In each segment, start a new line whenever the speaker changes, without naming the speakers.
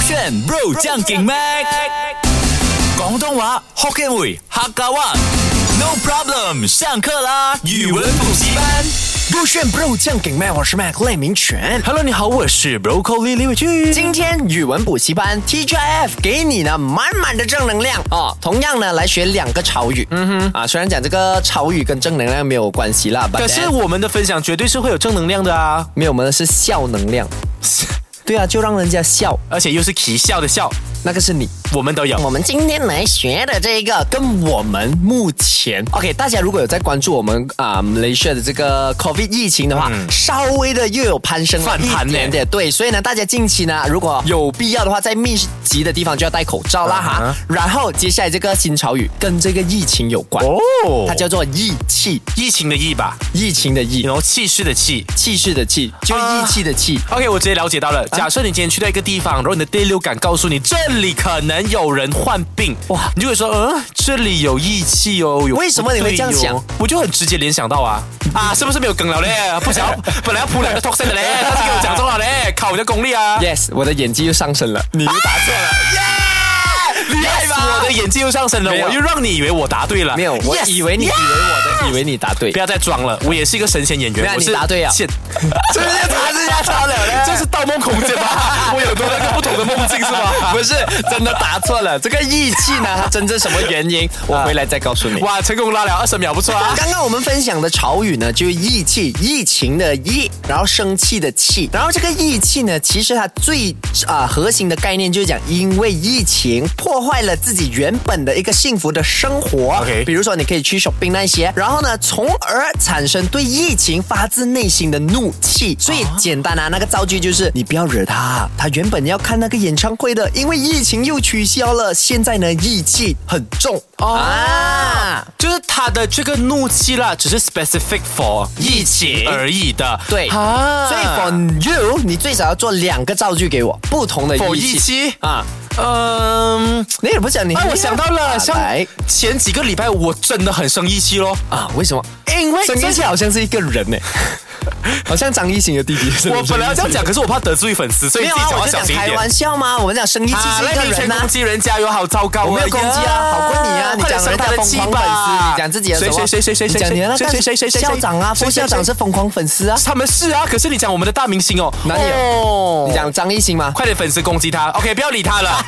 选 bro 将劲 mac，广东话 Hokkien 语客家话。No problem，上课啦！语文补习班。
入选 Bro 酱给麦，我是 Mac 赖明全。
Hello，你好，我是 Broccoli 李伟俊。
今天语文补习班 TGIF 给你呢满满的正能量哦。同样呢，来学两个潮语。嗯哼，啊，虽然讲这个潮语跟正能量没有关系啦，but
可是
then-
我们的分享绝对是会有正能量的啊，
没有，我们的是笑能量。对啊，就让人家笑，
而且又是奇笑的笑，
那个是你。
我们都有。
我们今天来学的这个，跟我们目前 OK，大家如果有在关注我们啊、雷射的这个 COVID 疫情的话，稍微的又有攀升
嗯
了
反
一
弹呢
点点。对，所以呢，大家近期呢，如果有必要的话，在密集的地方就要戴口罩啦哈。然后接下来这个新潮语跟这个疫情有关，
哦
它叫做疫气，
疫情的疫吧，
疫情的疫
然，后气势的气。
气势的气，就
啊
疫气的气。
OK，我直接了解到了。
啊
假设你今天去到一个地方，然后你的第六感告诉你这里可能有人患病，
哇
哇，你就会说，嗯，这里有疫气哦。有
为什么你会这样想
不对哦我就很直接联想到啊，啊，是不是没有梗了嘞？不想 要，本来要铺两个 toxin 的嘞，但是给我讲中了嘞，考我的功力啊。
Yes，我的演技又上升了，你又答错了。
厉害吧？我的演技又上升了，
没有
我又让你以为我答对了。
没有，我
Yes，
以为你以为我的，以为你答对
不。要再装了，我也是一个神仙演
没
员。
有
我是
你答对啊
现
是不是他是家超了嘞？
这是《盗梦空间》 吧？我有多了个不同的梦境是吧？
不是真的答错了，这个义气呢，它真正什么原因，我回来再告诉你。
哇，成功拉了二十秒，不错啊！
刚刚我们分享的潮语呢，就是义气、疫情的疫，然后生气的气，然后这个义气呢，其实它最啊、核心的概念就是讲，因为疫情破坏了自己原本的一个幸福的生活
OK
比如说你可以去 shopping 那一些，然后呢，从而产生对疫情发自内心的怒气。所以简单啊，那个造句就是你不要惹他，他原本要看那个演唱会的，因为疫情又取消了，现在呢义气很重
哦
啊。
就是他的这个怒气啦，只是 specific for 疫情而已的。
对，
啊
所以 for you，你最少要做两个造句给我，不同的
for
义
疫
气。
情
啊
啊，嗯，
你也不讲，你
啊，我想到了，像
哎来
前几个礼拜我真的很生意气咯。
啊，为什么？
因为
张艺兴好像是一个 人呢，好像张艺兴的弟弟。
我本来要这样讲，可是我怕得罪粉丝，所以
没
自己
有啊，
讲
我
话
就
小
讲
心一
开
点。
玩笑嘛，我们讲生意气
啊，
是一
赖
个
明
人
全
呐、
攻击人家有好糟糕、哦，
我没有攻击啊，好过你啊！你讲人家疯狂粉丝，你讲自己的什
谁
么？
谁谁谁谁
你
谁
讲你的啊那
谁谁谁谁谁
校长啊，副校长是疯狂粉丝啊，
他们是啊，可是你讲我们的大明星哦，
哪里有
有
你讲张艺兴吗？
快点粉丝攻击他，OK，不要理他 了。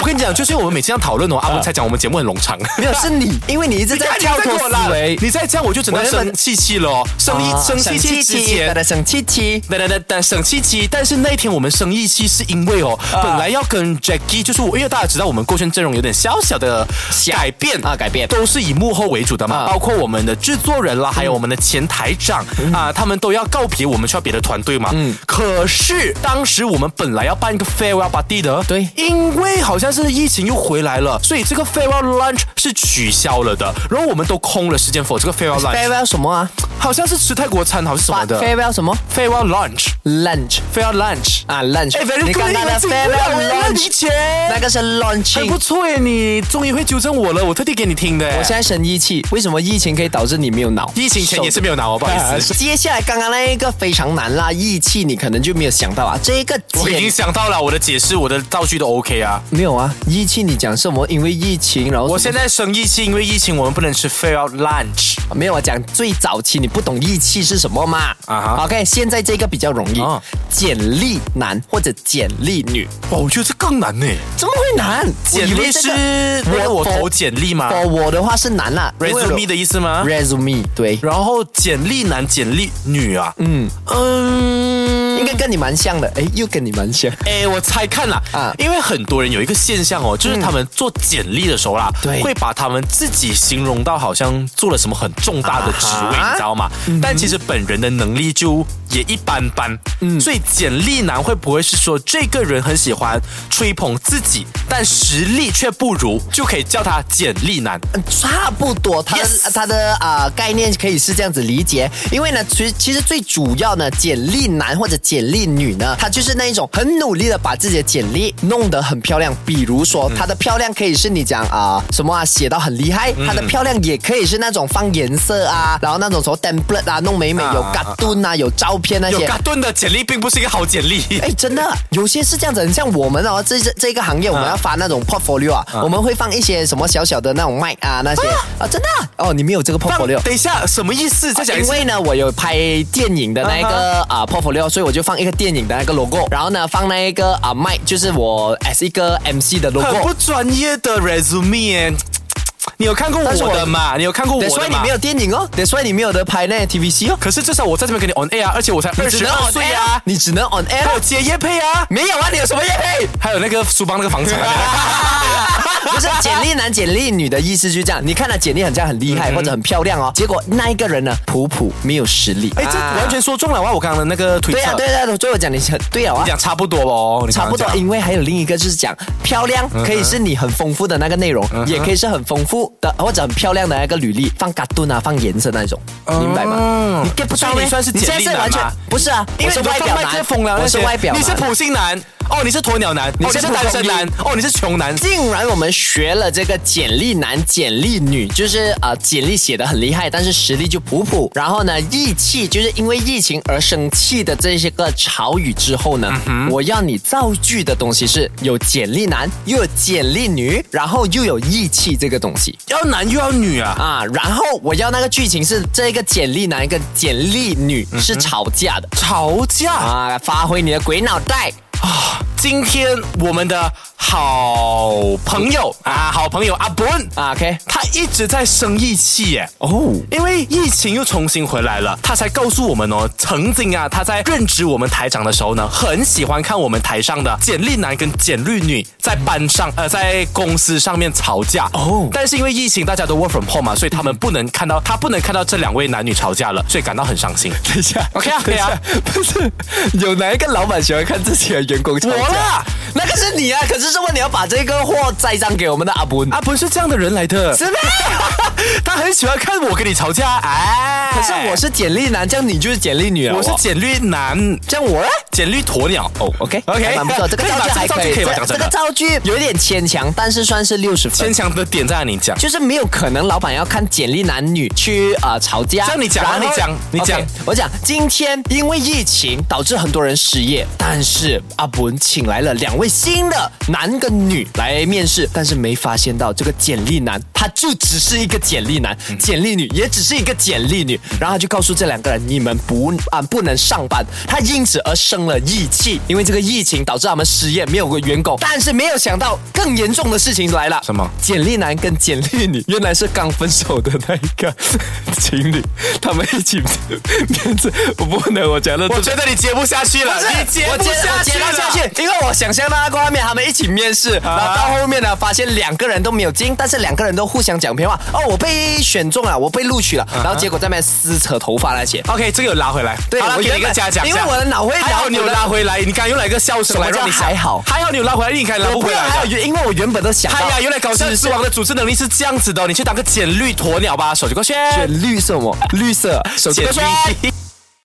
我跟你讲，就是因为我们每次这样讨论哦，阿文才讲我们节目很冗 长。
没有，是你，因为你一直在跳脱思维。
你再这样我就只能
我原本
生气气了哦，生意
啊
生气气之前
大，家生气气。
等等等等，省气期。但是那一天我们生意期是因为哦，本来要跟 Jackie，就是我，因为大家知道我们过圈阵容有点小小的改变
啊改变
都是以幕后为主的嘛，
啊嗯
包括我们的制作人啦，还有我们的前台长啊，他们都要告别我们去到别的团队嘛。嗯，可是当时我们本来要办一个 farewell party 的，
对
因为好像是疫情又回来了，所以这个 farewell lunch 是取消了的，然后我们都空了时间 for 这个 farewell lunch，
farewell 什么啊
好像是吃泰国餐，好像是什么的
farewell 什么
farewell lunch。
啊 lunch
farewell lunch
啊 lunch，
哎，very
你
good，
刚刚的
你自己不要
farewell
乱
lunch，
提前
那个是
很
launching
不。错耶，你终于会纠正我了，我特地给你听的。
哎我现在生意气，为什么疫情可以导致你没有脑？
疫情前也是没有拿哦，不好 意思，
接下来刚刚那一个非常难啦，义气你可能就没有想到啊，这一个
我已经
简
想到了，我的解释，我的道具都 OK 啊。
没有啊，义气你讲什么？因为疫情，然后
我
什
现
么
在生意气，因为疫情我们不能吃 farewell lunch。
没有啊，讲最早期你不懂义气是什么嘛？
啊哈
o k 现在这个比较容易
啊，
简历男或者简历女，
哇，我觉得这更难呢。
怎么会难？
简
我以
历
为这个
是
我
为我投简历吗
for 我的话是难啦因为
啊？resume 的啊意思吗？
resume 对，
然后简历男、简历女啊。嗯嗯。
应该跟你蛮像的，哎，又跟你 蛮像。
哎，我猜看啦，
啊嗯
因为很多人有一个现象哦，就是他们做简历的时候啦，
对
会把他们自己形容到好像做了什么很重大的职位，
啊哈
你知道吗？但其实本人的能力就也一般般，
嗯
所以简历男会不会是说这个人很喜欢吹捧自己，但实力却不如，就可以叫他简历男？
嗯差不多，它的
Yes
它的啊、呃概念可以是这样子理解，因为呢，其实其实最主要呢，简历男或者简历女呢，他就是那一种很努力的把自己的简历弄得很漂亮，比如
嗯
说她的漂亮可以是你讲啊、什么啊写到很厉
嗯
害，她的漂亮也可以是那种放颜色啊，然后那种什么 template 啊，弄美美有
啊
cartoon 啊，有照片那
有
些。
嘎顿的简历并不是一个好简历。
哎，真的，有些是这样子，很像我们哦，这这这个行业，我们要发那种 portfolio 啊，我们会放一些什么小小的那种麦啊那些啊，真的啊哦，你们有这个
放
portfolio。
等一下，什么意思？再讲一
因
次。
为呢，我有拍电影的那一个啊 portfolio，所以我就放一个电影的那个 logo，然后呢放那一个啊麦，就是我 as 一个 MC 的
很
logo
不。专业的 resume 耶。你有看过
但是
我
我
的嘛？你有看过我的
所以
嘛？
你没有。电影哦，所以你没有得拍那 TVC 哦，
可是至少我在这边跟你 on air，啊而且我才二
你只
十
能
二
on
岁
air，、
啊，
你只能 on
还有
air，
接业配 啊，
没有啊，你有什么业配？
还有那个苏邦那个房产啊。
不是简历男、简历女的意思就是这样。你看他简历很像很厉
嗯
害、或者很漂亮哦，结果那一个人呢，普普没有实力。啊
哎，这完全说中了哇！我刚刚的那个推测，
对啊呀、对呀、所以我讲你很对了啊
你。讲啊差不多哦，你刚
差
刚
不多，
讲
因为还有另一个就是讲漂亮，
嗯
可以是你很丰富的那个内容，也可以是很丰富的或者很漂亮的那个履历，放嘎顿啊，放颜色那种，明白吗？你 get 不到
哦所以
咩
你算是
你现
简
在
历
是
男
完全
吗
不是啊，因为
我
你
是
外表
放麦克风了
男，
那
我
些
是外表
你是
男。
普信男，哦，你是鸵鸟男，
你
哦
是
你是单身男
蒲，
哦，你是穷男，
竟然我们学了这个简历男、简历女，就是啊、呃简历写的很厉害，但是实力就普普。然后呢，义气就是因为疫情而生气的这些个潮语之后呢，我要你造句的东西是有简历男，又有简历女，然后又有义气这个东西
要男又要女啊。
啊。然后我要那个剧情是这个简历男跟简历女是吵架的、
吵架，
啊，发挥你的鬼脑袋。
今天我们的好朋友啊，好朋友阿伯恩
啊 OK，
他一直在生意气耶。
哦，
因为疫情又重新回来了，他才告诉我们哦，曾经啊，他在任职我们台长的时候呢，很喜欢看我们台上的简历男跟简历女在班上呃 在公司上面吵架
哦
但是因为疫情大家都 work from home 嘛，所以他们不能看到他不能看到这两位男女吵架了，所以感到很伤心。
等一下
OK 啊，可以啊，
不是有哪一个老板喜欢看自己的员工吵架？
我啦，
那个是你啊！可是如果你要把这个货栽赃给我们的阿伯，
阿
啊、
不是这样的人来的，
是吗？
他很喜欢看我跟你吵架，哎，
可是我是简历男，这样你就是简历女啊！
我是简历男，
这样我呢
简历鸵鸟哦
OK
OK，
哎还蛮不错，这个
可以
造
吧
句还可以，
这个造句可以吧讲
这
真
个
的
造句有一点牵强，但是算是六十分
牵。强的点在哪里讲？
就是没有可能，老板要看简历男女去啊、呃吵架。
这样你讲啊
然后
你讲你讲
OK，我讲。今天因为疫情导致很多人失业，但是阿文请来了两位新的男跟女来面试，但是没发现到这个简历男他就只是一个简历男，
嗯
简历女也只是一个简历女，然后他就告诉这两个人你们不啊不能上班，他因此而生了义气，因为这个疫情导致他们失业，没有个员工，但是没有想到更严重的事情来了，
什么
简历男跟简历女原来是刚分手的那一个情侣，他们一起面试，我不能，我觉得
我觉得你接不下去了，你接
我
不
接
下
我
去
接
了。
不下去，因为我想象到那个画面，他们一起面试，然后到后面呢，发现两个人都没有进，但是两个人都互相讲偏话。哦，我被选中了，我被录取了，然后结果在那边撕扯头发那些。
OK，这个有拉回来。
对
好了，
我
给
原
你一个
本
嘉奖
因
项。
为我的脑会
还
脑
好你有
补的
拉回来，你刚刚又来一个笑声来
什么叫
让你想
还好
还好你有拉回来，你应该拉
我
不
不
回
然
来
还有
了。
原，因为我原本都想到，
哎呀，原来搞笑
是
之王的组织能力是这样子的哦，你去当个简历鸵鸟吧，手机过去。
选绿色么？绿色，手机
简
都
历。